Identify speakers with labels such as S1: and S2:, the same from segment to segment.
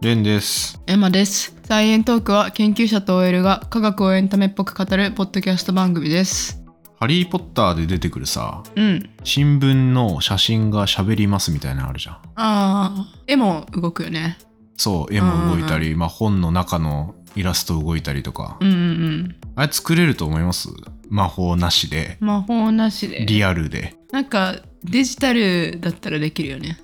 S1: レンです。
S2: エマです。サイエントークは研究者と OL が科学をエンタメっぽく語るポッドキャスト番組です。
S1: ハリー・ポッターで出てくるさ、
S2: うん。
S1: 新聞の写真が喋りますみたいなのあるじゃん。
S2: ああ、絵も動くよね。
S1: そう、絵も動いたり、まあ本の中のイラスト動いたりとか。
S2: うんうんうん。
S1: あれ作れると思います魔法なしで、
S2: 魔法なしで。
S1: リアルで、
S2: なんかデジタルだったらできるよね。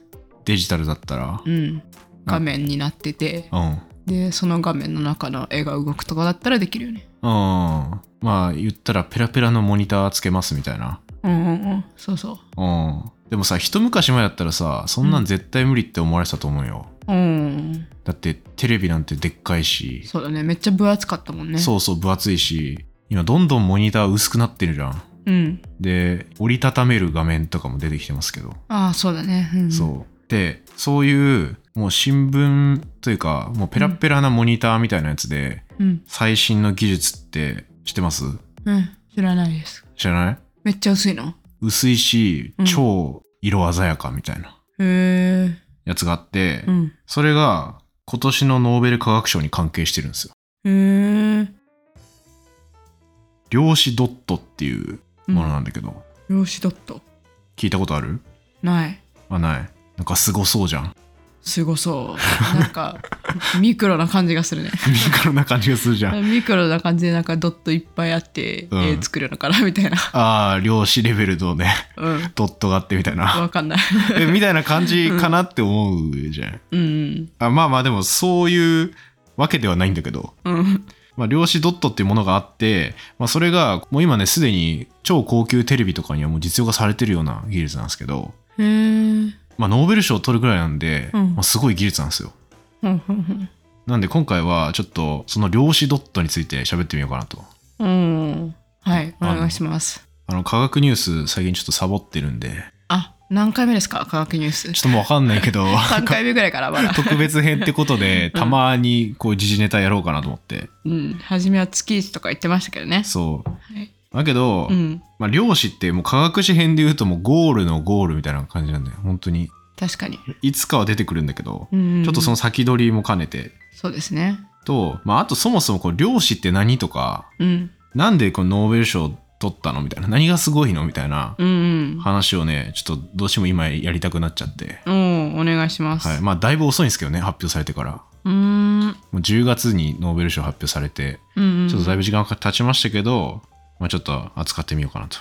S1: デジタルだったら。
S2: うん。画面になってて、
S1: うん。うん。
S2: で、その画面の中の絵が動くとかだったらできるよね。
S1: まあ言ったらペラペラのモニターつけますみたいな。
S2: うんうんうん。そうそう。
S1: うん。でもさ、一昔前だったらさ、そんなん絶対無理って思われてたと思うよ。
S2: うん。
S1: だってテレビなんてでっかいし、
S2: そうだね。めっちゃ分厚かったもんね。
S1: そうそう分厚いし今どんどんモニター薄くなってるじゃん
S2: う。うん。
S1: で折りたためる画面とかも出てきてますけど、
S2: ああ、そうだね。うん、
S1: そうでそういうもう新聞というかもうペラペラなモニターみたいなやつで
S2: う。うん。
S1: 最新の技術って知ってます
S2: うん。知らないです。
S1: 知らない
S2: めっちゃ薄いの。
S1: 薄いし
S2: うん
S1: 超色鮮やかみたいな
S2: へえ。
S1: やつがあって、
S2: うん。
S1: それが今年のノーベル化学賞に関係してるんですよ
S2: へえ。
S1: 量子ドットっていうものなんだけど、
S2: 量子ドット。
S1: 聞いたことある
S2: ない。
S1: あないなんかすごそうじゃん
S2: すごそう。なんか、 ミクロな感じがする ね。
S1: ミクロな感じがするじゃん。
S2: ミクロな感じで、なんかドットいっぱいあって、
S1: うん
S2: 絵作るのかなみたいな。
S1: ああ、量子レベルのね、
S2: うん。
S1: ドットがあってみたいな。
S2: わかんない。
S1: えみたいな感じかなって思うじゃん。
S2: うん。
S1: あまあまあ、でもそういうわけではないんだけど、
S2: うん。
S1: まあ、量子ドットっていうものがあって、まあ、それがもう今ね、すでに超高級テレビとかにはもう実用化されてるような技術なんですけど、
S2: へえ。
S1: まあ、ノーベル賞を取るぐらいなんで、
S2: うん
S1: まあ、すごい技術なんですよ。
S2: ふんふんふん
S1: なんで今回はちょっとその量子ドットについて喋ってみようかなと。
S2: うん。はい、お願いします。
S1: あの科学ニュース最近ちょっとサボってるんで、
S2: あ、何回目ですか科学ニュース
S1: ちょ。っともうわかんないけ ど、
S2: 3回目ぐらいからまだ。
S1: 特別編ってことで、たまにこう時事ネタやろうかなと思って。
S2: うん。初めは月1とか言ってましたけどね。
S1: そう。
S2: はい。
S1: だけど、
S2: うん。
S1: まあ、漁師ってもう科学史編で言うともうゴールのゴールみたいな感じなんだよ。本当に。
S2: 確かに。
S1: いつかは出てくるんだけど、
S2: うん。
S1: ちょっとその。先取りも兼ねて。
S2: そうですね。
S1: と、まあ、あとそもそもこう漁師って何とか、
S2: うん。
S1: なんでこのノーベル賞取ったのみたいな。何がすごいのみたいな
S2: うんうん。
S1: 話をね、ちょっとどうしても今やりたくなっちゃって。
S2: うん、お願いします。
S1: はい。まあ、だいぶ遅いんですけどね、発表されてから。
S2: うーん。うん
S1: もう10月にノーベル賞発表されて、
S2: うん。
S1: ちょっとだいぶ時間が経ちましたけど、まあ、ちょっと扱ってみようかなと。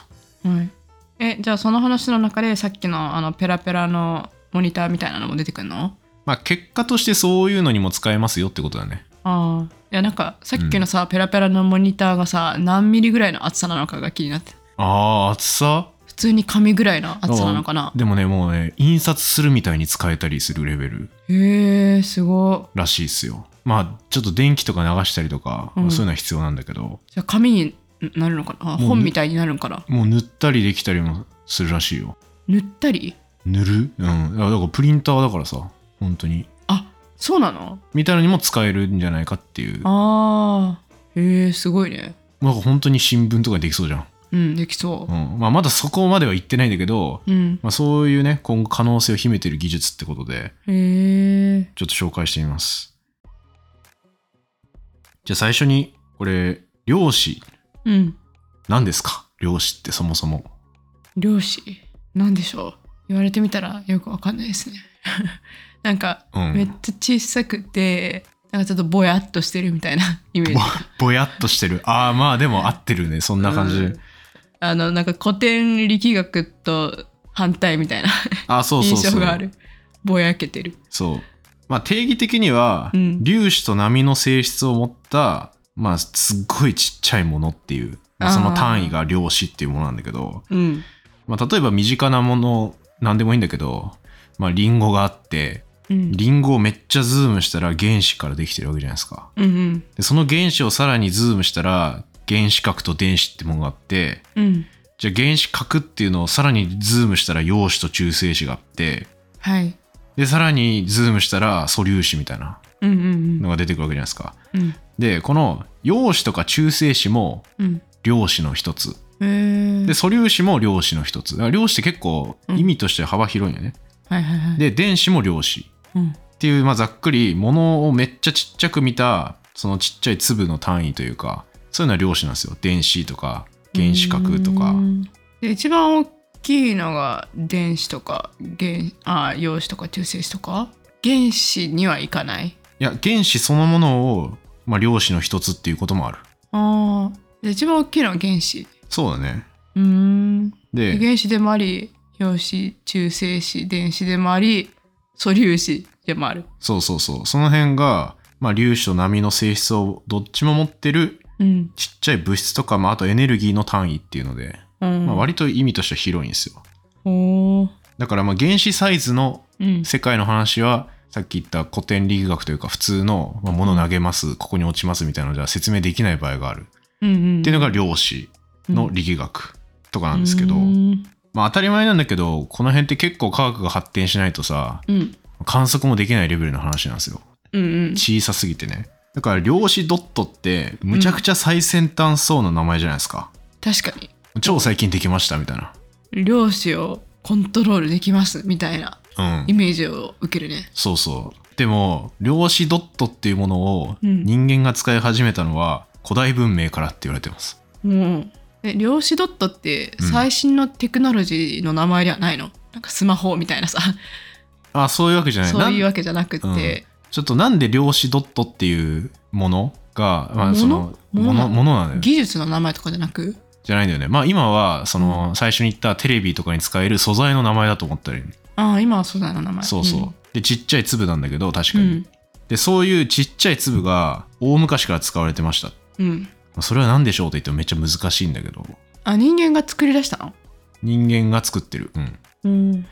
S2: はい、え、じゃあその話の中でさっきのあのペラペラのモニターみたいなのも出てくるの
S1: まあ、結果としてそういうのにも使えますよってことだね。
S2: ああ。いや、なんかさっきのさ、ペラペラのモニターがさ、何ミリぐらいの厚さなのかが気になって。
S1: ああ、厚さ
S2: 普通に紙ぐらいの厚さなのかな
S1: でもね、もうね、印刷するみたいに使えたりするレベル
S2: へえ、すご
S1: らしいっすよ。まあ、ちょっと電気とか流したりとか、
S2: うん
S1: そういうのは必要なんだけど、
S2: い。じゃあ紙になるのかなあ
S1: もう
S2: 本みたいになるのかな
S1: もう塗ったりできたりもするらしいよ。
S2: 塗ったり
S1: 塗るうん。だからプリンターだからさ、本当に。
S2: あ、そうなの
S1: みたいなのにも使えるんじゃないかっていう。
S2: ああ。へえ、すごいね。
S1: なんか本当に新聞とかにできそうじゃん。
S2: うん、できそう
S1: う。ん。まあ、まだそこまでは行ってないんだけど、
S2: うん。
S1: まあ、そういうね今後可能性を秘めてる技術ってことで
S2: へえ。
S1: ちょっと紹介してみますじゃあ最初にこれ量子
S2: うん。
S1: 何ですか量子ってそもそも
S2: 漁師なんでしょう言われてみたらよくわかんないですね なんか、
S1: うん
S2: めっちゃ小さくてなんかちょっとぼやっとしてるみたいな イメージ
S1: ぼやっとしてるああまあでも合ってるねそんな感じ、
S2: うんあのなんか古典力学と反対みたいな
S1: ああそうそう
S2: 印
S1: そう
S2: 象があるぼやけてる
S1: そうまあ定義的には、
S2: うん
S1: 粒子と波の性質を持ったまあすっごいちっちゃいものっていう、まあその単位が量子っていうものなんだけど
S2: うん
S1: まあ、例えば身近なもの何でもいいんだけど、まあ、リンゴがあって
S2: うん
S1: リンゴをめっちゃズームしたら原子からできてるわけじゃないですか
S2: うんうん
S1: でその原子をさらにズームしたら原子核と電子ってものがあって
S2: うん
S1: じゃあ原子核っていうのをさらにズームしたら陽子と中性子があって
S2: はい
S1: でさらにズームしたら素粒子みたいな
S2: うんうん
S1: のが出てくるわけじゃないですか
S2: うんうん
S1: でこの陽子とか中性子も
S2: うん
S1: 量子の一つ
S2: へー
S1: で素粒子も量子の一つだから量子って結構意味としては幅広いよね、
S2: はいはいはい
S1: で電子も量子
S2: うん
S1: っていう、まあ、ざっくりものをめっちゃちっちゃく見たそのちっちゃい粒の単位というかそういうのは量子なんですよ電子とか原子核とか
S2: うんで一番大きいのが電子とか原あ陽子とか中性子とか原子にはいかない
S1: いや原子そのものを、まあ、量子の一つっていうこともある
S2: あーで一番大きいのは原子
S1: そうだね
S2: うーん
S1: で
S2: 原子でもあり陽子中性子電子でもあり素粒子でもある
S1: そうそうそうその辺が、まあ、粒子と波の性質をどっちも持ってる
S2: うん、
S1: ちっちゃい物質とか、まあ、あとエネルギーの単位っていうので、
S2: うん
S1: まあ、割と意味としては広いんですよ
S2: おー
S1: だからまあ原子サイズの
S2: うん
S1: 世界の話はさっき言った古典力学というか普通のまあ物投げますここに落ちますみたいなのじゃ説明できない場合があるっ
S2: うんうん、
S1: ていうのが量子の力学とかなんですけど、
S2: うん
S1: まあ、当たり前なんだけどこの辺って結構科学が発展しないとさ
S2: うん
S1: 観測もできないレベルの話なんですよ
S2: うんうん
S1: 小さすぎてねだから量子ドットってむちゃくちゃ最先端そうな名前じゃないですか、
S2: 確かに
S1: 超最近できましたみたいな
S2: 量子をコントロールできますみたいな
S1: うん
S2: イメージを受けるね
S1: そうそう。でも、量子ドットっていうものを
S2: うん
S1: 人間が使い始めたのは古代文明からって言われてます。
S2: もうえ量子ドットって
S1: うん
S2: 最新のテクノロジーの名前ではないの、なんかスマホみたいなさ
S1: あ、そういうわけじゃない。
S2: そういう
S1: なん
S2: わけじゃなくて、
S1: ちょっとなんで量子ドットっていうものが、まあ、
S2: もの
S1: その、も
S2: もの
S1: の、ものなのよ。
S2: 技術の名前とかじゃなく
S1: じゃないんだよね。まあ今は、その、最初に言ったテレビとかに使える素材の名前だと思ったり、
S2: ああ今はそうだな名前
S1: そうそう。で、ちっちゃい粒なんだけど、確か
S2: う
S1: に。
S2: ん
S1: で、そういうちっちゃい粒が大昔から使われてました。ま
S2: うん、うん、
S1: あそれは何でしょうと言ってもめっちゃ難しいんだけど、
S2: あ人間が作り出したの
S1: 人間が作ってる。うん。
S2: うん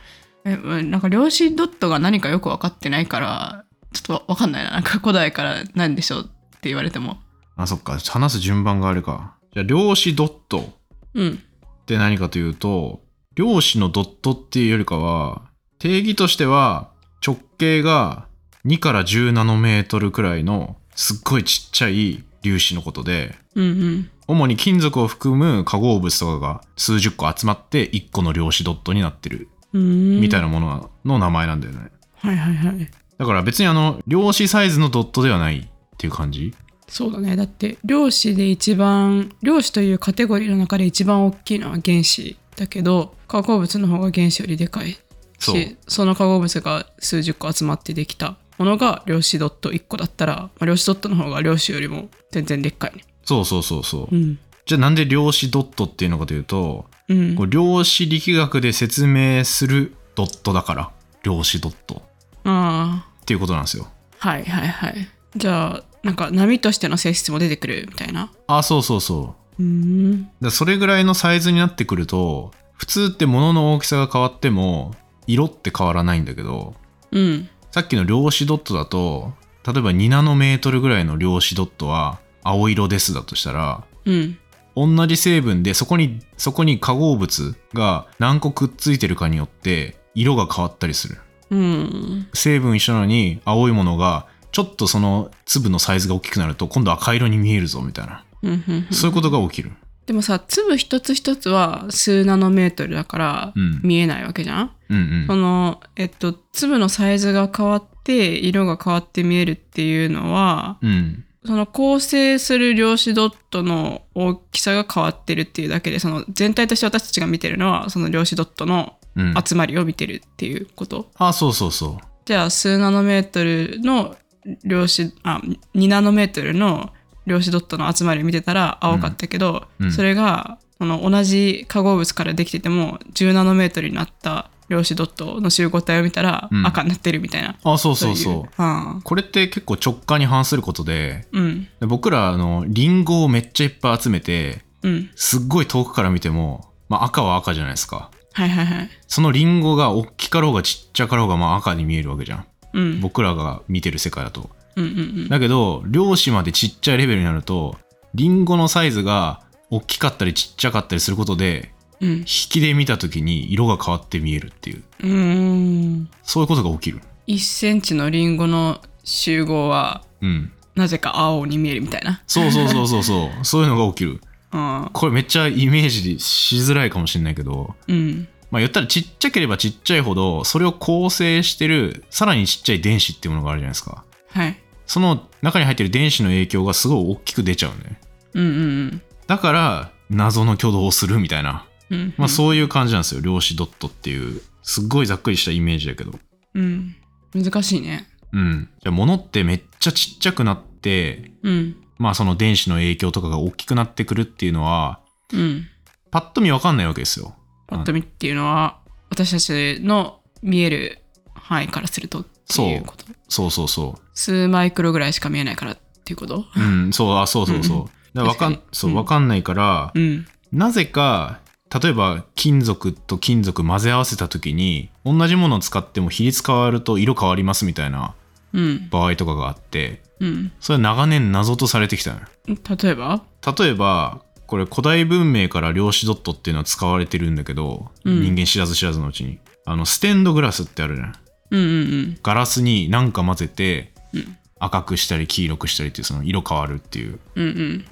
S2: えうんなんか量子ドットが何かよく分かってないからちょっと分かんないななんか古代から何でしょうって言われても
S1: あ、そっか。話す順番があれか。じゃあ、量子ドットっ
S2: うん
S1: て何かというと、量子のドットっていうよりかは、定義としては、直径が2から10ナノメートルくらいのすっごいちっちゃい粒子のことで、
S2: うんうん
S1: 主に金属を含む化合物とかが数十個集まって1個の量子ドットになってる
S2: うん
S1: みたいなものの名前なんだよね。
S2: はいはいはい
S1: だから別にあの、量子サイズのドットではないっていう感じ
S2: そうだねだって量子で一番量子というカテゴリーの中で一番大きいのは原子だけど化合物の方が原子よりでかいし
S1: そう
S2: その化合物が数十個集まってできたものが量子ドット1個だったら、まあ、量子ドットの方が量子よりも全然でっかいね
S1: そうそうそうそう。
S2: うん
S1: じゃあなんで量子ドットっていうのかというと、
S2: うん
S1: こう量子力学で説明するドットだから量子ドットっ
S2: あ
S1: ていうことなんですよ。
S2: あはいはいはいじゃあなんか波としての性質も出てくるみたいな
S1: あそうそうそう。だか
S2: うん
S1: らそれぐらいのサイズになってくると普通って物の大きさが変わっても色って変わらないんだけど
S2: うん
S1: さっきの量子ドットだと例えば2ナノメートルぐらいの量子ドットは青色ですだとしたら
S2: うん
S1: 同じ成分でそこにそこに化合物が何個くっついてるかによって色が変わったりする。
S2: うん
S1: 成分一緒なのに青いものがちょっとその粒のサイズが大きくなると今度赤色に見えるぞみたいな
S2: うんうん
S1: そういうことが起きる
S2: でもさ粒一つ一つは数ナノメートルだから
S1: うん
S2: 見えないわけじゃん、
S1: うんう
S2: そ
S1: ん
S2: のえっと粒のサイズが変わって色が変わって見えるっていうのは
S1: うん
S2: その構成する量子ドットの大きさが変わってるっていうだけでその全体として私たちが見てるのはその量子ドットの
S1: うん
S2: 集まりを見てるっていうこと、
S1: あそうそうそ
S2: じゃあ数ナノメートルの量子あ2ナノメートルの量子ドットの集まりを見てたら青かったけど、
S1: うんうん
S2: それがその同じ化合物からできてても10ナノメートルになった量子ドットの集合体を見たら
S1: うん
S2: 赤になってるみたいな、
S1: うあそうそうそう
S2: あ
S1: これって結構直感に反することで
S2: うん
S1: で僕らあのリンゴをめっちゃいっぱい集めて
S2: うん
S1: すっごい遠くから見ても、まあ、赤は赤じゃないですか
S2: はいはいはい
S1: そのリンゴが大きかろうがちっちゃかろうがまあ赤に見えるわけじゃん
S2: うん
S1: 僕らが見てる世界だと
S2: うんうん
S1: だけど量子までちっちゃいレベルになるとリンゴのサイズが大きかったりちっちゃかったりすることで
S2: うんうん
S1: 引きで見た時に色が変わって見えるっていう
S2: うーん
S1: そういうことが起きる
S2: 1センチのリンゴの集合は
S1: うん
S2: なぜか青に見えるみたいな
S1: そうそうそうそうそう そういうのが起きる
S2: あ
S1: これめっちゃイメージしづらいかもしれないけど
S2: うん
S1: まあ言ったらちっちゃければちっちゃいほどそれを構成してるさらにちっちゃい電子っていうものがあるじゃないですか
S2: はい
S1: その中に入ってる電子の影響がすごい大きく出ちゃうね
S2: うんうん
S1: だから謎の挙動をするみたいな、
S2: うんうん
S1: まあ、そういう感じなんですよ量子ドットっていうすっごいざっくりしたイメージだけど
S2: うん難しいね
S1: うんじゃあ物ってめっちゃちっちゃくなって
S2: うん
S1: まあその電子の影響とかが大きくなってくるっていうのは
S2: うん
S1: パッと見わかんないわけですよ
S2: パッと見っていうのは私たちの見える範囲からするとっていうこと
S1: そうそうそう
S2: 数マイクロぐらいしか見えないからっていうこと
S1: うん、そう、あ、そうそうそう。だからわか
S2: 確
S1: ん
S2: か、に
S1: そうう、
S2: ん
S1: わかんないから、
S2: うん
S1: なぜか、例えば金属と金属混ぜ合わせた時に、同じものを使っても比率変わると色変わりますみたいな
S2: うん
S1: 場合とかがあって、
S2: うん
S1: それは長年謎とされてきたのよ。
S2: 例えば
S1: 例えば、これ古代文明から量子ドットっていうのは使われてるんだけど、
S2: うん
S1: 人間知らず知らずのうちに。あの、ステンドグラスってあるじゃん。
S2: うんうん
S1: ガラスに何か混ぜて
S2: うん、
S1: 赤くしたり黄色くしたりっていう、その色変わるっていう。
S2: うんうん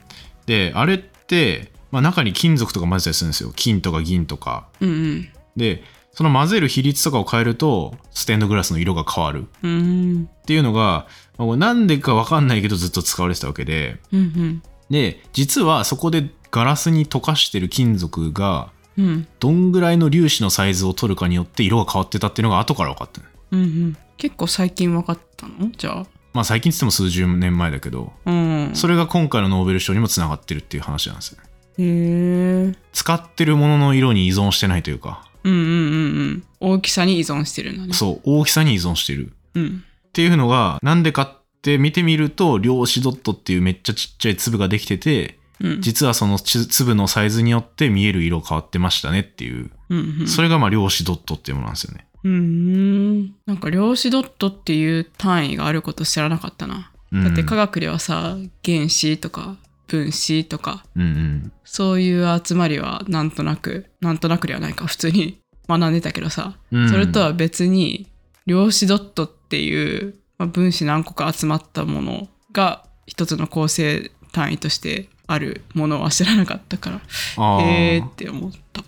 S1: であれって、まあ、中に金属とか混ぜたりするんですよ金とか銀とか
S2: うんうん
S1: でその混ぜる比率とかを変えるとステンドグラスの色が変わるっ
S2: うんうん
S1: ていうのがまあこれなんでか分かんないけどずっと使われてたわけで
S2: うん
S1: で実はそこでガラスに溶かしてる金属が
S2: うん
S1: どんぐらいの粒子のサイズを取るかによって色が変わってたっていうのが後から分かったの
S2: うんうん結構最近分かったのじゃ
S1: まあ最近っつっても数十年前だけど
S2: あうん
S1: それが今回のノーベル賞にもつながってるっていう話なんですよね
S2: へえ
S1: 使ってるものの色に依存してないというか
S2: うんうんうんうん大きさに依存してるのね
S1: そう大きさに依存してる
S2: うん
S1: っていうのがなんでかって見てみると量子ドットっていうめっちゃちっちゃい粒ができてて
S2: うん
S1: 実はそのち粒のサイズによって見える色変わってましたねっていう
S2: うんうん
S1: それがまあ量子ドットっていうものなんですよね
S2: うんなんか量子ドットっていう単位があること知らなかったな、
S1: うん
S2: だって科学ではさ原子とか分子とか
S1: うんうん
S2: そういう集まりはなんとなくなんとなくではないか普通に学んでたけどさ、
S1: うん
S2: それとは別に量子ドットっていう、まあ、分子何個か集まったものが一つの構成単位としてあるものは知らなかったか
S1: あ
S2: ら
S1: ー
S2: へえって思った。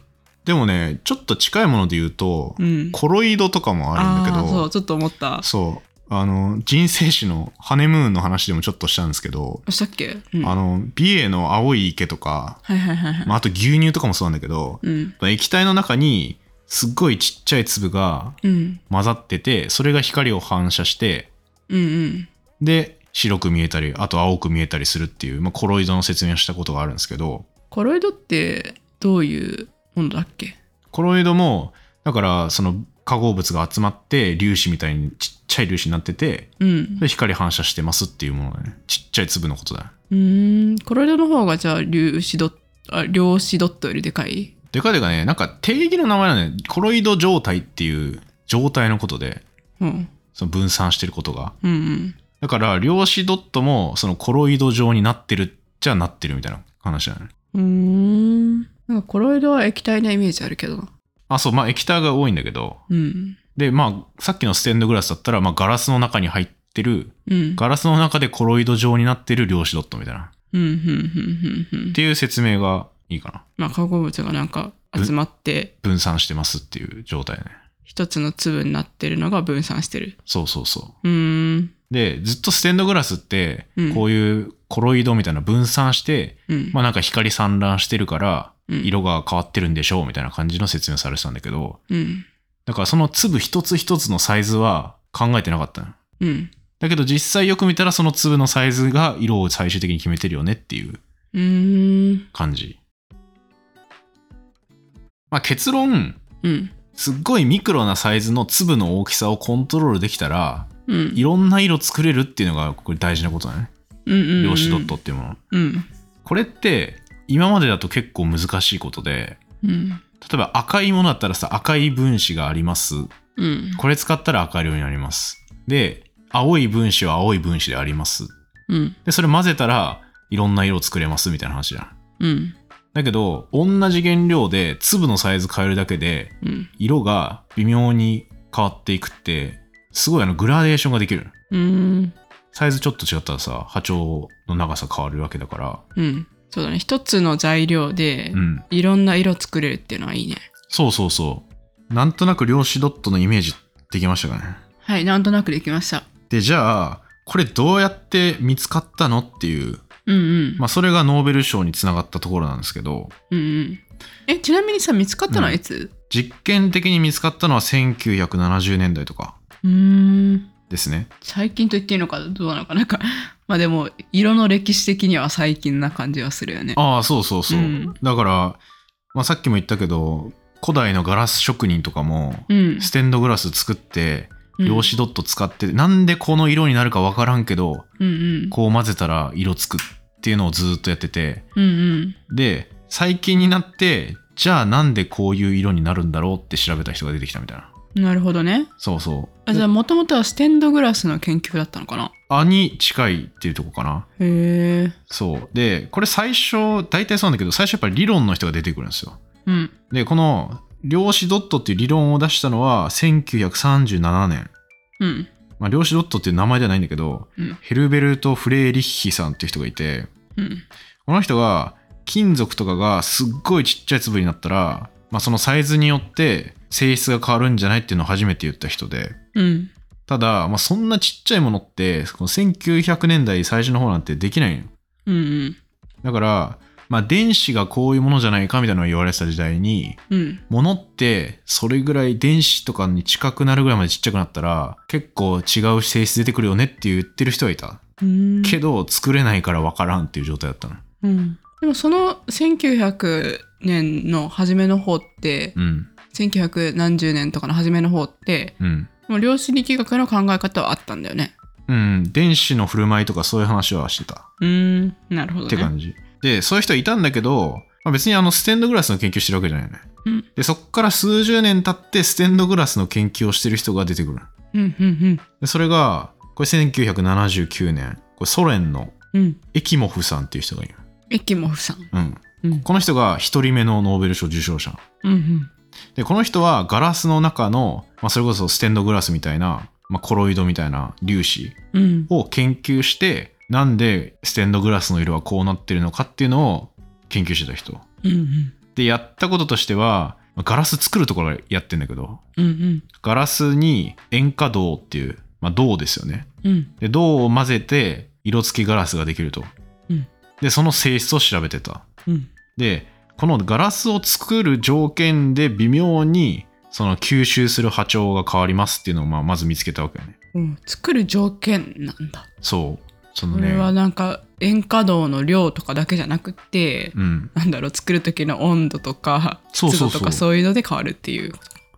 S1: でもねちょっと近いもので言うと、
S2: うん、
S1: コロイドとかもあるんだけ
S2: あーそう
S1: ど
S2: ちょっと思った。
S1: そうあの人生史のハネムーンの話でもちょっとしたんですけど、
S2: したっけ、うん、
S1: あ
S2: はい
S1: の美瑛の青い池とか、
S2: はいはいはい。
S1: まあ、あと牛乳とかもそうなんだけど、
S2: うん
S1: 液体の中にすっごいちっちゃい粒が
S2: うん
S1: 混ざっててそれが光を反射して
S2: うんうん
S1: で白く見えたりあと青く見えたりするっていう、まあ、コロイドの説明をしたことがあるんですけど
S2: コロイドってどういうものだっけ
S1: コロイドもだからその化合物が集まって粒子みたいにちっちゃい粒子になってて
S2: うん
S1: で光反射してますっていうものだねちっちゃい粒のことだね
S2: うーんコロイドの方がじゃあ粒子ドッあ量子ドットよりでかい
S1: でかでかねなんか定義の名前なんだねコロイド状態っていう状態のことで
S2: うん
S1: その分散してることが
S2: うんうん
S1: だから量子ドットもそのコロイド状になってるじゃなってるみたいな話だね
S2: うーんなんかコロイドは液体なイメージあるけどな
S1: あそうまあ液体が多いんだけど
S2: うん
S1: でまあさっきのステンドグラスだったら、まあ、ガラスの中に入ってる
S2: うん
S1: ガラスの中でコロイド状になってる量子ドットみたいな
S2: うんうんうんうんうん
S1: っていう説明がいいかな
S2: まあ化合物がなんか集まって
S1: 分散してますっていう状態ね
S2: 一つの粒になってるのが分散してる
S1: そうそうそう
S2: ーん
S1: うでずっとステンドグラスって
S2: うん
S1: こういうコロイドみたいな分散して、
S2: うん、
S1: まあなんか光散乱してるから
S2: うん
S1: 色が変わってるんでしょうみたいな感じの説明されてたんだけど、
S2: うん
S1: だからその粒一つ一つのサイズは考えてなかったの。
S2: うん
S1: だけど実際よく見たらその粒のサイズが色を最終的に決めてるよねっていう
S2: うーん
S1: 感じ。まあ結論、
S2: うん
S1: すっごいミクロなサイズの粒の大きさをコントロールできたら、
S2: うん
S1: いろんな色作れるっていうのがこれ大事なことだね。
S2: うんうんうん
S1: 量子ドットっていうもの。
S2: うん
S1: これって今までだと結構難しいことで、
S2: うん
S1: 例えば赤いものだったらさ、赤い分子があります
S2: うん
S1: これ使ったら赤い色になります。で、青い分子は青い分子であります。
S2: うん
S1: で、それ混ぜたらいろんな色を作れますみたいな話じゃん。
S2: うん
S1: だけど、同じ原料で粒のサイズ変えるだけで
S2: うん
S1: 色が微妙に変わっていくって、すごいあのグラデーションができる。
S2: うん
S1: サイズちょっと違ったらさ、波長の長さ変わるわけだから。
S2: うんそうだね一つの材料で
S1: うん。
S2: いろんな色作れるっていうのはいいね
S1: そうそうそう。なんとなく量子ドットのイメージできましたかね。
S2: はいなんとなくできました
S1: で、じゃあ、これどうやって見つかったのっていう、
S2: うんうん、
S1: まあ、それがノーベル賞につながったところなんですけど、
S2: うんうんえちなみにさ見つかったのはいつ
S1: 実験的に見つかったのは1970年代とか
S2: うーん
S1: ですね。
S2: 最近と言っていいのかどうなのかなん かまあでも色の歴史的には最近な感じはするよね
S1: ああ、そうそうそう。
S2: うん
S1: だから、まあ、さっきも言ったけど、古代のガラス職人とかも、
S2: うん
S1: ステンドグラス作って、
S2: うん
S1: 量子ドット使って、なんでこの色になるかわからんけど、
S2: うんうん
S1: こう混ぜたら色つくっていうのをずーっとやってて、
S2: うんうん
S1: で、最近になって、じゃあなんでこういう色になるんだろうって調べた人が出てきたみたいな。
S2: なるほどね
S1: そうそう。
S2: あじゃあもともとはステンドグラスの研究だったのかな
S1: あに近いっていうとこかな。
S2: へえ
S1: そう。で、これ最初、大体そうなんだけど、最初やっぱり理論の人が出てくるんですよ。
S2: うん
S1: で、この量子ドットっていう理論を出したのは1937年。
S2: うん
S1: まあ、量子ドットっていう名前ではないんだけど、
S2: うん
S1: ヘルベルト・フレーリッヒさんっていう人がいて、
S2: うん
S1: この人が金属とかがすっごいちっちゃい粒になったら、まあ、そのサイズによって性質が変わるんじゃないっていうのを初めて言った人で
S2: うん
S1: ただ、まあ、そんなちっちゃいものってこの1900年代最初の方なんてできないの
S2: うんうん
S1: だから、まあ、電子がこういうものじゃないかみたいなのが言われてた時代に
S2: うん
S1: 物ってそれぐらい電子とかに近くなるぐらいまでちっちゃくなったら結構違う性質出てくるよねって言ってる人がいた
S2: うん
S1: けど作れないから分からんっていう状態だったの
S2: うん、でもその1900年の初めの方って、
S1: うん
S2: 1900何十年とかの初めの方って
S1: うん
S2: もう量子力学の考え方はあったんだよね。
S1: うん、電子の振る舞いとかそういう話はしてた
S2: うーんなるほどね。
S1: って感じ。で、そういう人いたんだけど、まあ、別にあのステンドグラスの研究してるわけじゃないよね。
S2: うん
S1: で、そっから数十年経ってステンドグラスの研究をしてる人が出てくる。
S2: うんうん
S1: で、それが、これ1979年、これソ連の
S2: うんうん。
S1: エキモフさんっていう人がいる。
S2: エキモフさん。
S1: うん。
S2: うん
S1: この人が1人目のノーベル賞受賞者。
S2: うんうん
S1: で、この人はガラスの中の、まあ、それこそステンドグラスみたいな、まあ、コロイドみたいな粒子
S2: うん
S1: を研究してなんでステンドグラスの色はこうなってるのかっていうのを研究してた人
S2: うんうん
S1: でやったこととしてはまあガラス作るところからやってんだけど
S2: うんうん
S1: ガラスに塩化銅っていう、まあ、銅ですよね
S2: うん
S1: で銅を混ぜて色付きガラスができると、
S2: うん
S1: でその性質を調べてた
S2: うん
S1: でこのガラスを作る条件で微妙にその吸収する波長が変わりますっていうのをまあまず見つけたわけよね
S2: うん。作る条件なんだ。
S1: そうその
S2: こ
S1: ね
S2: れはなんか塩化銅の量とかだけじゃなくて、
S1: うん
S2: なんだろう作る時の温度とか
S1: そう
S2: 湿
S1: そうそう
S2: 度とかそういうので変わるっていう。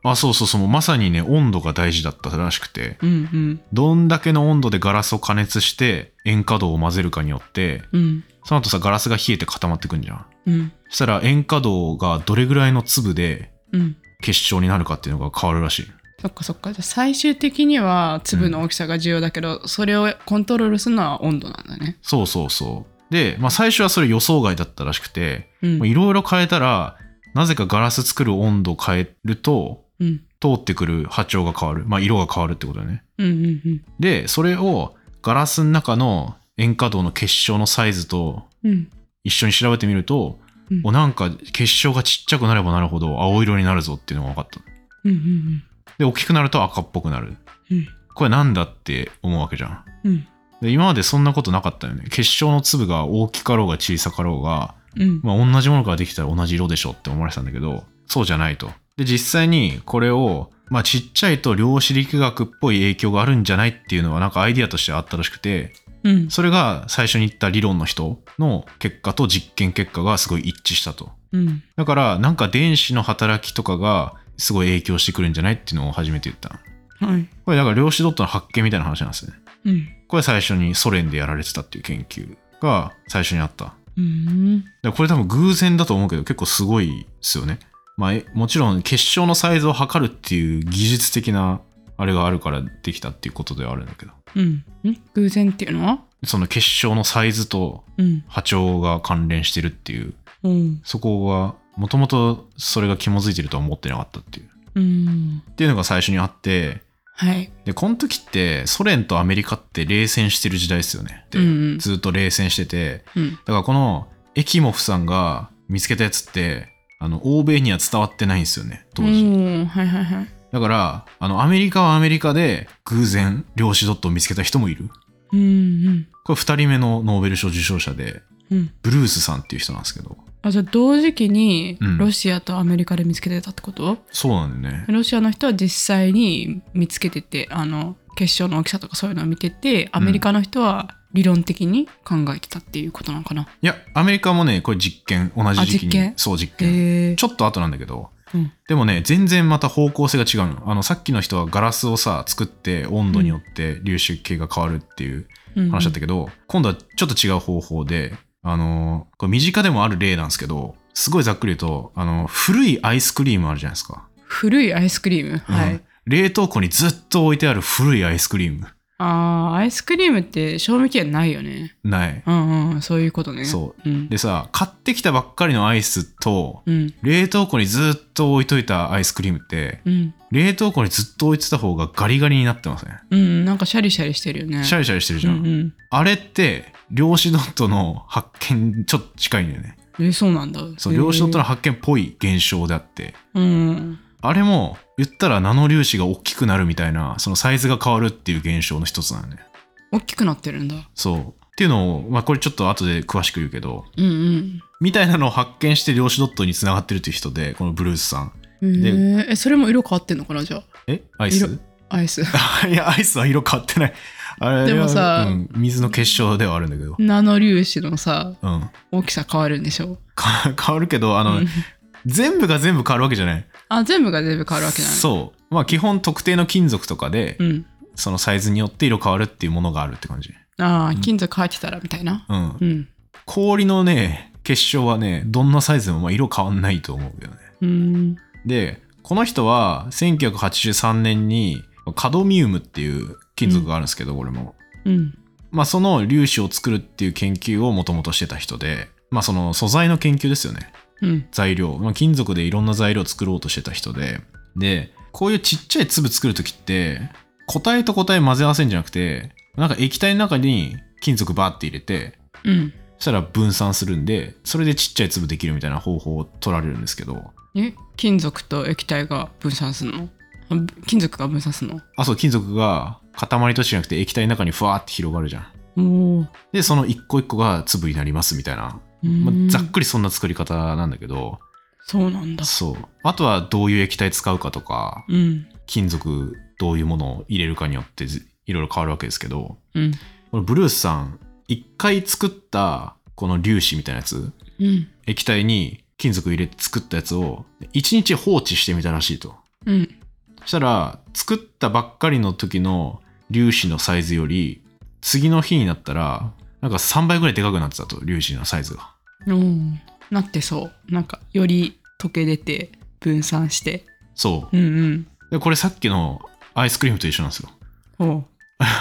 S1: あそうそうそうもうまさにね温度が大事だったらしくて
S2: うんうん
S1: どんだけの温度でガラスを加熱して塩化銅を混ぜるかによって
S2: うん
S1: その後さガラスが冷えて固まってくんじゃん
S2: うん
S1: そしたら塩化銅がどれぐらいの粒で
S2: うん
S1: 結晶になるかっていうのが変わるらしい
S2: そっかそっかじゃあ最終的には粒の大きさが重要だけど、それをコントロールするのは温度なんだね、
S1: そうそうそうで、まあ、最初はそれ予想外だったらしくて
S2: うん
S1: まあいろいろ変えたらなぜかガラス作る温度を変えると
S2: うん
S1: 通ってくる波長が変わる、まあ、色が変わるってことだよね
S2: うんうんうん
S1: でそれをガラスの中の塩化銅の結晶のサイズと
S2: うん
S1: 一緒に調べてみると、
S2: うん
S1: おなんか結晶がちっちゃくなればなるほど青色になるぞっていうのが分かった
S2: うんうん
S1: で大きくなると赤っぽくなる
S2: うん
S1: これなんだって思うわけじゃん
S2: うん
S1: で今までそんなことなかったよね結晶の粒が大きかろうが小さかろうが、
S2: うん
S1: まあ、同じものからできたら同じ色でしょって思われてたんだけどそうじゃないとで実際にこれを、まあ、ちっちゃいと量子力学っぽい影響があるんじゃないっていうのはなんかアイディアとしてあったらしくて
S2: うん
S1: それが最初に言った理論の人の結果と実験結果がすごい一致したと。
S2: うん
S1: だからなんか電子の働きとかがすごい影響してくるんじゃないっていうのを初めて言ったの
S2: はい
S1: これだから量子ドットの発見みたいな話なんですね。
S2: うん
S1: これ最初にソ連でやられてたっていう研究が最初にあった。
S2: うん
S1: でこれ多分偶然だと思うけど結構すごいですよね。まあえもちろん結晶のサイズを測るっていう技術的なあれがあるからできたっていうことではあるんだけど。
S2: うんん偶然っていうのは
S1: その結晶のサイズと
S2: うん
S1: 波長が関連してるっていう
S2: うん
S1: そこはもともとそれが紐づいてるとは思ってなかったっていう。
S2: うん
S1: っていうのが最初にあって
S2: はい
S1: でこの時ってソ連とアメリカって冷戦してる時代ですよね。で
S2: うんうん
S1: ずっと冷戦してて
S2: うん
S1: だからこのエキモフさんが見つけたやつってああの欧米には伝わってないんですよね当
S2: う
S1: 時、
S2: んはいはいはい
S1: だからあのアメリカはアメリカで偶然量子ドットを見つけた人もいる
S2: うんうん
S1: これ2人目のノーベル賞受賞者で
S2: うん
S1: ブルースさんっていう人なんですけど
S2: あじゃあ同時期に
S1: うん
S2: ロシアとアメリカで見つけてたってこと、
S1: そうなんだよね
S2: ロシアの人は実際に見つけててあの結晶の大きさとかそういうのを見ててアメリカの人は理論的に考えてたっていうことなのかな、
S1: いやアメリカもねこれ実験同じ時期
S2: あ実
S1: に
S2: 験
S1: そう実
S2: へ
S1: 験、
S2: え
S1: ちょっと後なんだけど
S2: うん
S1: でもね全然また方向性が違うのあのさっきの人はガラスをさ作って温度によって粒子系が変わるっていう
S2: うん
S1: 話だったけど、今度はちょっと違う方法で、あのーこれ身近でもある例なんですけど、すごいざっくり言うと、あのー古いアイスクリームあるじゃないですか。
S2: 古いアイスクリームは
S1: う
S2: い、
S1: ん冷凍庫にずっと置いてある古いアイスクリーム。
S2: あーアイスクリームって賞味期限ないよね
S1: ない。
S2: うんうんそういうことね、
S1: そう
S2: うん
S1: でさ、買ってきたばっかりのアイスと、
S2: うん
S1: 冷凍庫にずっと置いといたアイスクリームって、
S2: うん
S1: 冷凍庫にずっと置いてた方がガリガリになってません、
S2: うんなんかシャリシャリしてるよね
S1: シャ
S2: リ
S1: リシャリしてるじゃん。
S2: うんうん
S1: あれって、量子ドットの発見にちょっと近いんだよね。
S2: えそうなんだ
S1: そう、量子ドットの
S2: ら
S1: 発見っぽい現象であって。
S2: うん
S1: あれも言ったらナノ粒子が大きくなるみたいなそのサイズが変わるっていう現象の一つなのね。
S2: 大きくなってるんだ
S1: そう。っていうのを、まあ、これちょっと後で詳しく言うけど
S2: うん
S1: みたいなのを発見して量子ドットに繋がってるっていう人でこのブルースさん。
S2: うん
S1: で
S2: へええそれも色変わってんのかなじゃ
S1: えアイス
S2: 色あアイス
S1: いやアイスは色変わってない。あれは
S2: でもさ
S1: うん、水の結晶ではあるんだけど。
S2: ナノ粒子のさ
S1: うん。
S2: 大きさ変わるんでしょ
S1: か変わるけどあの、
S2: うん
S1: 全部が全部変わるわけじゃない。
S2: あ全部が全部変わるわけなの
S1: そう。まあ基本特定の金属とかで、
S2: うん
S1: そのサイズによって色変わるっていうものがあるって感じ。
S2: ああ金属入ってたらみたいな
S1: うん。
S2: うん
S1: 氷のね結晶はねどんなサイズでもまあ色変わんないと思うけどね
S2: うん
S1: でこの人は1983年にカドミウムっていう金属があるんですけど、これも
S2: うん
S1: まあその粒子を作るっていう研究をもともとしてた人でまあその素材の研究ですよね
S2: うん
S1: 材料、まあ、金属でいろんな材料を作ろうとしてた人ででこういうちっちゃい粒作る時って固体と固体混ぜ合わせるんじゃなくてなんか液体の中に金属バーって入れて
S2: うん
S1: そしたら分散するんでそれでちっちゃい粒できるみたいな方法を取られるんですけど
S2: え金属と液体が分散するのあぶ金属が分散するの
S1: あそう金属が塊としてじゃなくて液体の中にふわーって広がるじゃん
S2: おお、
S1: でその一個一個が粒になりますみたいな、まあ
S2: うーん
S1: ざっくりそんな作り方なんだけど
S2: そうなんだ
S1: そうあとはどういう液体使うかとか
S2: うん
S1: 金属どういうものを入れるかによってずいろいろ変わるわけですけど
S2: うん
S1: このブルースさん一回作ったこの粒子みたいなやつ
S2: うん
S1: 液体に金属入れて作ったやつを一日放置してみたらしいと。
S2: うん
S1: そしたら作ったばっかりの時の粒子のサイズより次の日になったらなんか3倍ぐらいでかくなってたと粒子のサイズが
S2: おーなってそうなんかより溶け出て分散して
S1: そ
S2: うん
S1: うでこれさっきのアイスクリームと一緒なんですよ
S2: うんおう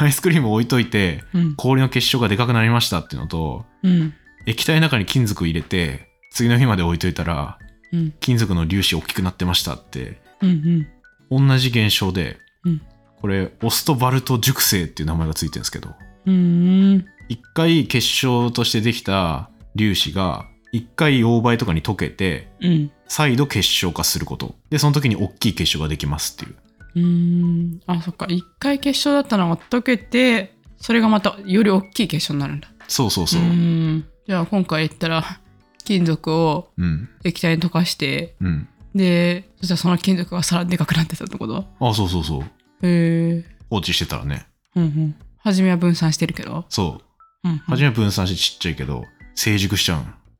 S1: アイスクリームを置いといて
S2: うん
S1: 氷の結晶がでかくなりましたっていうのと
S2: うん
S1: 液体の中に金属入れて次の日まで置いといたら
S2: うん
S1: 金属の粒子大きくなってましたって
S2: うんうん
S1: 同じ現象で、
S2: うん
S1: これオストバルト熟成っていう名前がついてるんですけど
S2: うーん
S1: 一回結晶としてできた粒子が一回溶媒とかに溶けて
S2: うん
S1: 再度結晶化することでその時に大きい結晶ができますっていう
S2: うーんあそっか一回結晶だったのが溶けてそれがまたより大きい結晶になるんだ
S1: そうそうそう
S2: ー
S1: うん
S2: じゃあ今回言ったら金属を
S1: うん、
S2: 液体に溶かして
S1: うん、
S2: でそしたらその金属がさらにでかくなってたってこと
S1: あそうそうそう
S2: へえ
S1: 放置してたらね
S2: うんうん初めは分散してるけど
S1: そう
S2: うんうん
S1: 初め分散してちっちゃいけど成熟しちゃ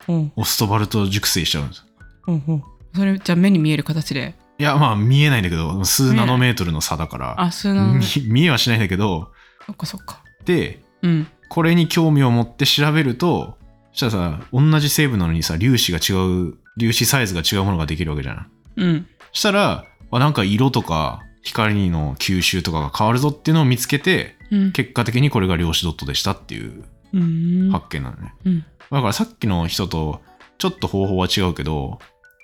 S1: うの
S2: うん
S1: オストバルト熟成しちゃうんです
S2: うんうんそれじゃあ目に見える形で
S1: いやまあ見えないんだけど数ナノメートルの差だから、
S2: あ数なの
S1: み見えはしないんだけど
S2: そっかそっか
S1: で
S2: うん
S1: これに興味を持って調べるとそしたらさ同じ成分なのにさ粒子が違う粒子サイズが違うものができるわけじゃん
S2: うん
S1: そしたらあなんか色とか光の吸収とかが変わるぞっていうのを見つけて
S2: うん
S1: 結果的にこれが量子ドットでしたっていう
S2: うーん
S1: 発見なのね
S2: うん
S1: だからさっきの人とちょっと方法は違うけど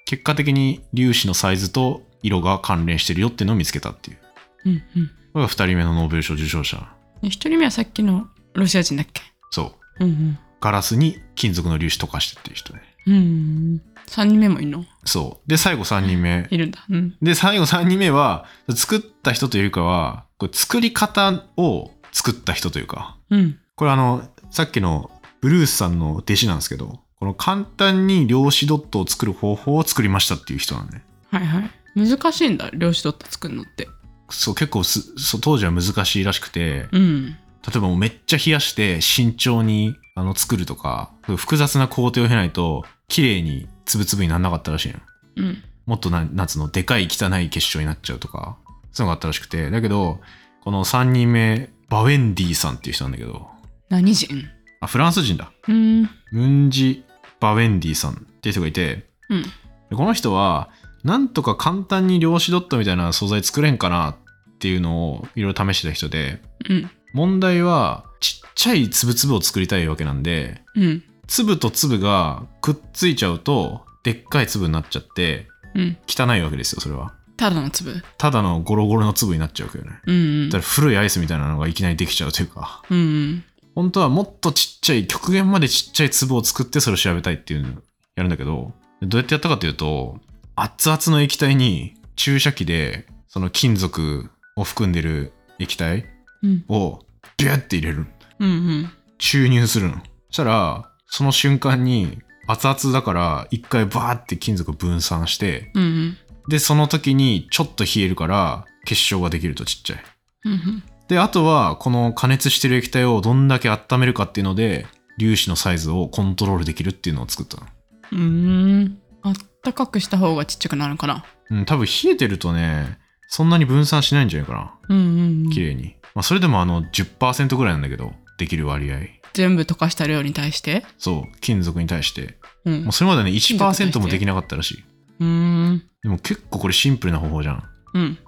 S1: 結果的に粒子のサイズと色が関連してるよっていうのを見つけたっていう
S2: うんうん
S1: これが2人目のノーベル賞受賞者
S2: で一人目はさっきのロシア人だっけ
S1: そう
S2: うん
S1: ガラスに金属の粒子溶かしてっていう人ね
S2: うんうん3人目もいるの
S1: そう。で、最後3人目。
S2: いるんだ。うん。
S1: で、最後3人目は、作った人というよりかは、これ作り方を作った人というか、
S2: うん。
S1: これあの、さっきのブルースさんの弟子なんですけど、この簡単に量子ドットを作る方法を作りましたっていう人なんで、ね。
S2: はいはい。難しいんだ、量子ドット作るのって。
S1: そう、結構すそう当時は難しいらしくて、
S2: うん。
S1: 例えばもうめっちゃ冷やして慎重にあの作るとか、複雑な工程を経ないと、綺麗につぶつぶにならなかったらしいの。
S2: うん。
S1: もっとな夏のでかい汚い結晶になっちゃうとかそういうのがあったらしくてだけどこの3人目バウェンディさんっていう人なんだけど
S2: 何人
S1: あフランス人だ
S2: うん。
S1: ムンジ・バウェンディさんっていう人がいて
S2: うん。
S1: でこの人はなんとか簡単に量子ドットみたいな素材作れんかなっていうのをいろいろ試してた人で
S2: うん。
S1: 問題はちっちゃい粒々を作りたいわけなんで
S2: うん。
S1: 粒と粒がくっついちゃうとでっかい粒になっちゃって
S2: うん。
S1: 汚いわけですよそれは
S2: ただの粒。うん
S1: ただのゴロゴロの粒になっちゃうわけどね
S2: うん
S1: だから。古いアイスみたいなのがいきなりできちゃうというか
S2: うんうん。
S1: 本当はもっとちっちゃい極限までちっちゃい粒を作ってそれを調べたいっていうのをやるんだけどどうやってやったかというと熱々の液体に注射器でその金属を含んでる液体
S2: うん。
S1: をビュッて入れる
S2: うんうん。
S1: 注入するのそしたらその瞬間に熱々だから一回バーって金属を分散して
S2: うんうん。
S1: でその時にちょっと冷えるから結晶ができるとちっちゃい
S2: うんうん。
S1: であとはこの加熱してる液体をどんだけ温めるかっていうので粒子のサイズをコントロールできるっていうのを作ったの
S2: うーん。あったかくした方がちっちゃくなるのかな。
S1: うん多分冷えてるとねそんなに分散しないんじゃないかな
S2: うんうんうん。
S1: 綺麗に、まあ、それでもあの10%ぐらいなんだけどできる割合
S2: 全部溶かした量に対して。
S1: そう金属に対して
S2: うん
S1: もう。それまでね
S2: 金属に対して
S1: 1%もできなかったらしいう
S2: ーん。
S1: でも結構これシンプルな方法じゃん
S2: うん。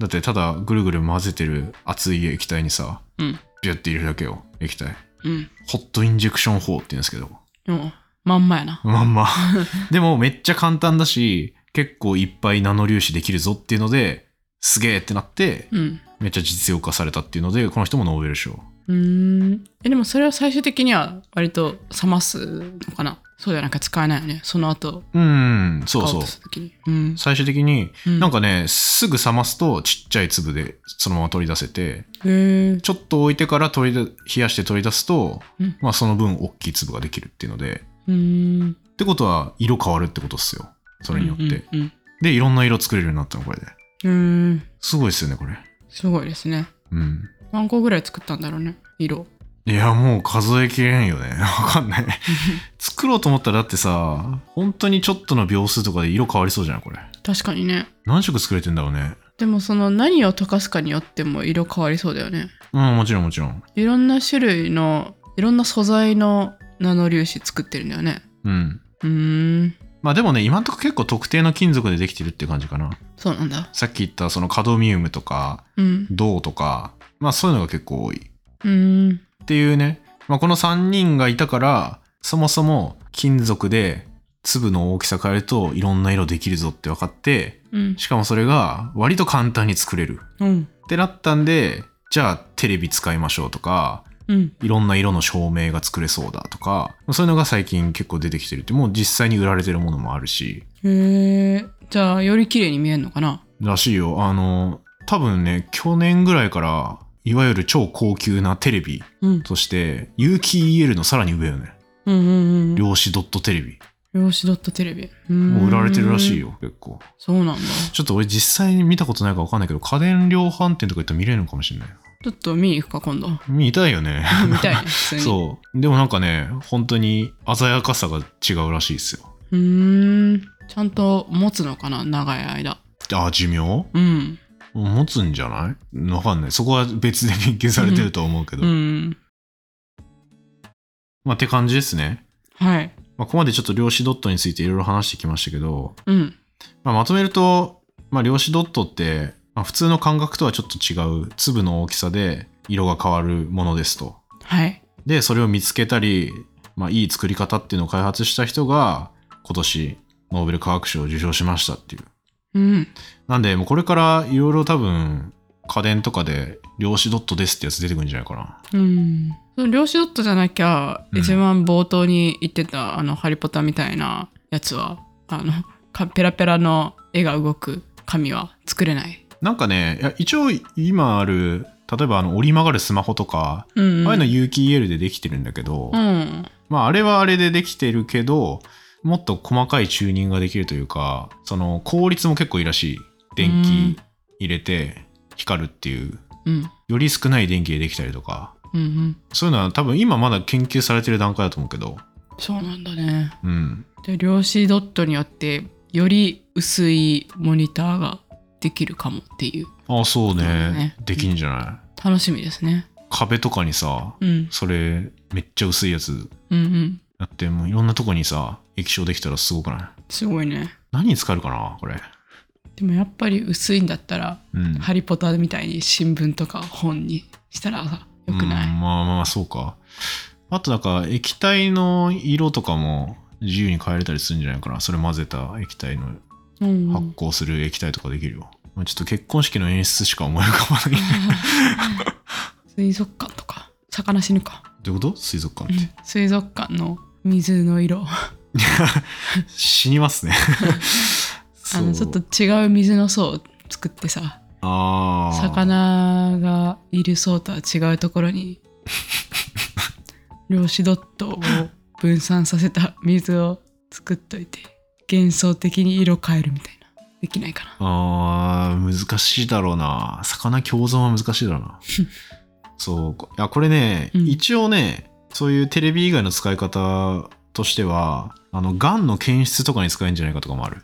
S1: だってただぐるぐる混ぜてる熱い液体にさ
S2: うん。
S1: ビュッて入れるだけよ液体
S2: うん。
S1: ホットインジェクション法って言うんですけど
S2: でも、まんまやな。
S1: まん ま。でもめっちゃ簡単だし、結構いっぱいナノ粒子できるぞっていうので、すげえってなって、
S2: うん。
S1: めっちゃ実用化されたっていうので、この人もノーベル賞。
S2: うーん。え、でもそれは最終的には割と冷ますのかな。そうじゃなきゃ使えないよね。その後、
S1: うん、そう
S2: 買お
S1: そうう
S2: と。した時に。うん。
S1: 最終的に、
S2: うん
S1: なんかね、すぐ冷ますとちっちゃい粒でそのまま取り出せて、
S2: へえ。
S1: ちょっと置いてから取り出冷やして取り出すと、
S2: うん
S1: まあその分大きい粒ができるっていうので、
S2: うーん。
S1: ってことは色変わるってことっすよ。それによって。
S2: うん
S1: で、いろんな色作れるようになったの、これで。
S2: うんうん。うーん。
S1: すごいですよね、これ。
S2: すごいですね。
S1: うん。
S2: 何個ぐらい作ったんだろうね。色。
S1: いや、もう数えきれんよね。 わかん ない。作ろうと思ったらだってさ、本当にちょっとの秒数とかで色変わりそうじゃないこれ。
S2: 確かにね。
S1: 何色作れてんだろうね。
S2: でもその何を溶かすかによっても色変わりそうだよね。
S1: うん、もちろんもちろん。
S2: いろんな種類の、いろんな素材のナノ粒子作ってるんだよね。
S1: うん。
S2: うーん。
S1: まあでもね、今んとこ結構特定の金属でできてるって感じかな。
S2: そうなんだ。
S1: さっき言ったそのカドミウムとか、
S2: うん。
S1: 銅とか、まあそういうのが結構多い。
S2: うーん。
S1: っていうね、まあ、この3人がいたからそもそも金属で粒の大きさ変えるといろんな色できるぞって分かって
S2: うん。
S1: しかもそれが割と簡単に作れる
S2: うん。
S1: ってなったんでじゃあテレビ使いましょうとか
S2: うん。
S1: いろんな色の照明が作れそうだとかそういうのが最近結構出てきてるってもう実際に売られてるものもあるし
S2: へえ。じゃあ、より綺麗に見えるのかな
S1: らしいよあの多分ね去年ぐらいからいわゆる超高級なテレビ
S2: うん。
S1: として有機 EL のさらに上よね
S2: うんうんうん。
S1: 量子ドットテレビ
S2: 量子ドットテレビ。も
S1: もう売られてるらしい
S2: よ。
S1: よ、結構。
S2: そうなんだ。
S1: ちょっと俺実際に見たことないから分かんないけど、家電量販店とか行ったら見れるのかもしれない。
S2: ちょっと見に行くか、 今度。
S1: 見たいよね。
S2: 見たいね、普通に。
S1: そう。でもなんかね、本当に鮮やかさが違うらしいですよ。
S2: うーん。ちゃんと持つのかな、長い間。
S1: あ、寿命
S2: うん。
S1: 持つんじゃない分かんない。そこは別で研究されてると思うけど。
S2: うん。
S1: まあ、って感じですね。
S2: はい。
S1: まあ、ここまでちょっと量子ドットについていろいろ話してきましたけど、
S2: うん。
S1: まあ、まとめると、まあ、量子ドットって、まあ、普通の感覚とはちょっと違う粒の大きさで色が変わるものですと。
S2: はい。
S1: でそれを見つけたり、まあ、いい作り方っていうのを開発した人が今年ノーベル化学賞を受賞しましたっていう
S2: うん。
S1: なんでもうこれからいろいろ多分家電とかで量子ドットですってやつ出てくるんじゃないかな
S2: うん。その量子ドットじゃなきゃ、
S1: うん
S2: 一番冒頭に言ってた、あの、ハリポタみたいなやつは、あのかペラペラの絵が動く紙は作れない。
S1: なんかねいや一応今ある例えばあの折り曲がるスマホとか、
S2: うん、
S1: ああいうの有機 EL でできてるんだけど、
S2: うん、
S1: まああれはあれでできてるけどもっと細かいチューニングができるというかその効率も結構いいらしい電
S2: うん
S1: 気入れて光るっていう
S2: うん、
S1: より少ない電気でできたりとか
S2: うん、うん。
S1: そういうのは多分今まだ研究されてる段階だと思うけど
S2: そうなんだね。
S1: うん
S2: で、量子ドットによって、より薄いモニターができるかもっていう。
S1: ああそうね
S2: そうだね
S1: できんじゃない、
S2: 楽しみですね。
S1: 壁とかにさ
S2: うん、
S1: それめっちゃ薄いやつ
S2: うん、うん。
S1: やってもういろんなとこにさ液晶できたらすごくない
S2: すごいね。
S1: 何に使えるかなこれ
S2: でもやっぱり薄いんだったら、
S1: うん
S2: ハリポタみたいに新聞とか本にしたらさ、よくない、
S1: うんまあまあそうかあとなんか液体の色とかも自由に変えれたりするんじゃないかなそれ混ぜた液体の
S2: うん
S1: 発酵する液体とかできるよ、まあちょっと結婚式の演出しか思い浮かばない
S2: 水族館とか魚死ぬか、
S1: どういうこと水族館って、
S2: 水族館の水の色
S1: 死に ますね
S2: あ
S1: そ
S2: の
S1: う
S2: ちょっと違う水の層を作ってさ
S1: あー
S2: 魚がいる層とは違うところ に量子ドットを分散させた水を作っといて幻想的に色変えるみたいなできないかな
S1: あー難しいだろうな魚共存は難しいだろう なそうこいやこれね、
S2: うん
S1: 一応ねそういうテレビ以外の使い方としてはあのがんの検出とかに使えるんじゃないかとかもある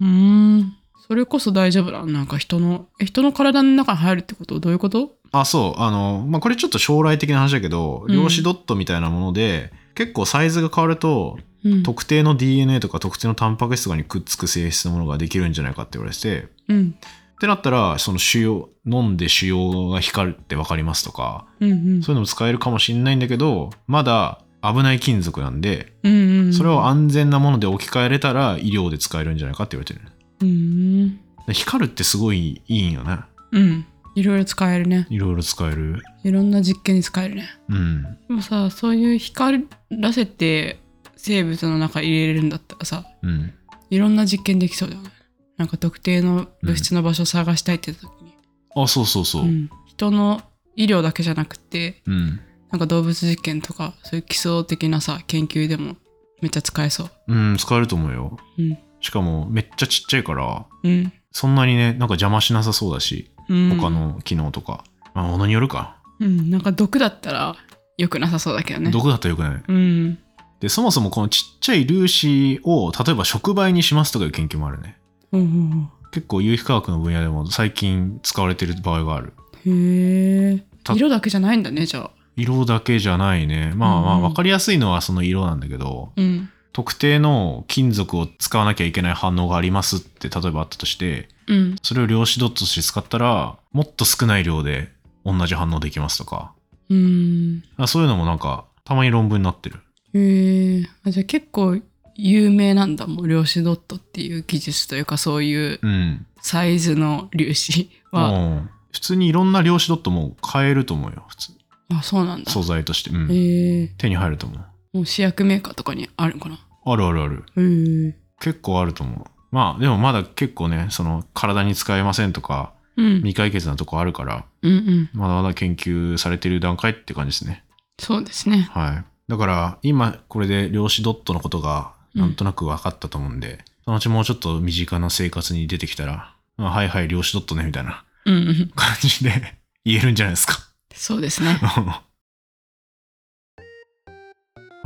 S2: うーんそれこそ大丈夫だなんか人のえ人の体の中に入るってことどういうこと
S1: あそうあの、まあ、これちょっと将来的な話だけど
S2: うん
S1: 量子ドットみたいなもので、結構サイズが変わると
S2: うん
S1: 特定の DNA とか特定のタンパク質とかにくっつく性質のものができるんじゃないかって言われてて
S2: うん
S1: ってなったらその腫瘍飲んで腫瘍が光るって分かりますとか
S2: うんうん
S1: そういうのも使えるかもしれないんだけど、まだ危ない金属なんで、
S2: うんうんうん
S1: それを安全なもので置き換えれたら医療で使えるんじゃないかって言われてる。
S2: うん
S1: で光るってすごいいいんよね。
S2: うんいろいろ使えるね
S1: いろいろ使える。
S2: いろんな実験に使えるね
S1: うん。
S2: でもさそういう光らせて生物の中に入れれるんだったらさ
S1: うん。
S2: いろんな実験できそうだよねなんか特定の物質の場所を探したいって時に、
S1: あ、そうそうそう
S2: う。ん人の医療だけじゃなくて
S1: うん。
S2: なんか動物実験とかそういう基礎的なさ研究でもめっちゃ使えそう
S1: うん、使えると思うよ。
S2: うん
S1: しかもめっちゃちっちゃいから、
S2: うん、
S1: そんなにね、なんか邪魔しなさそうだし、
S2: うん、
S1: 他の機能とか。まあ、ものによるか。
S2: うんなんか毒だったら良くなさそうだけどね
S1: 毒だったらよくない。
S2: うん
S1: で、そもそもこのちっちゃい粒子を、例えば触媒にしますとかいう研究もあるね。
S2: ほうほうほ
S1: 結構有機化学の分野でも最近使われてる場合がある
S2: うへえ
S1: た
S2: 色だけじゃないんだねじゃあ
S1: 色だけじゃないねまあまあ
S2: うんうん
S1: 分かりやすいのはその色なんだけど
S2: うん
S1: 特定の金属を使わなきゃいけない反応がありますって例えばあったとして
S2: うん
S1: それを量子ドットとして使ったらもっと少ない量で同じ反応できますとか
S2: うん
S1: あそういうのもなんかたまに論文になってる
S2: へえあじゃあ結構有名なんだもん量子ドットっていう技術というかそういう
S1: うん、
S2: サイズの粒子は、
S1: うん、普通にいろんな量子ドットも変えると思うよ普通
S2: あそうなんだ
S1: 素材として、う
S2: へ
S1: ん、
S2: え
S1: 手に入ると思う
S2: もう試薬メーカーとかにあるのかな
S1: あるあるある
S2: へえ
S1: 結構あると思うまあでもまだ結構ねその体に使えませんとか
S2: うんうん
S1: 未解決なとこあるから
S2: うん
S1: まだまだ研究されてる段階って感じですね
S2: そうですね
S1: はいだから今これで量子ドットのことがなんとなく分かったと思うんで、そのうちもうちょっと身近な生活に出てきたら「あはいはい量子ドットね」みたいな
S2: うんうん
S1: 感じで 言えるんじゃないですか
S2: そうです ね
S1: は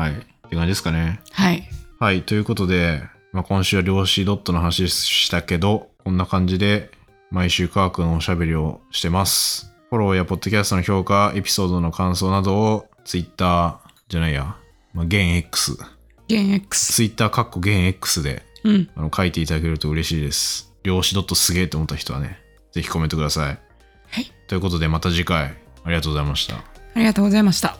S1: いって感じですかね
S2: はい
S1: はい、ということで、まあ、今週は量子ドットの話したけど、こんな感じで毎週科学のおしゃべりをしてます。フォローやポッドキャストの評価、エピソードの感想などを Twitter じゃないや、まあ、現 X、
S2: 現 X
S1: Twitter かっこ現 X で
S2: うん
S1: あの書いていただけると嬉しいです。量子ドットすげえと思った人はね、ぜひコメントください。
S2: はい
S1: ということで、また次回ありがとうございました。
S2: ありがとうございました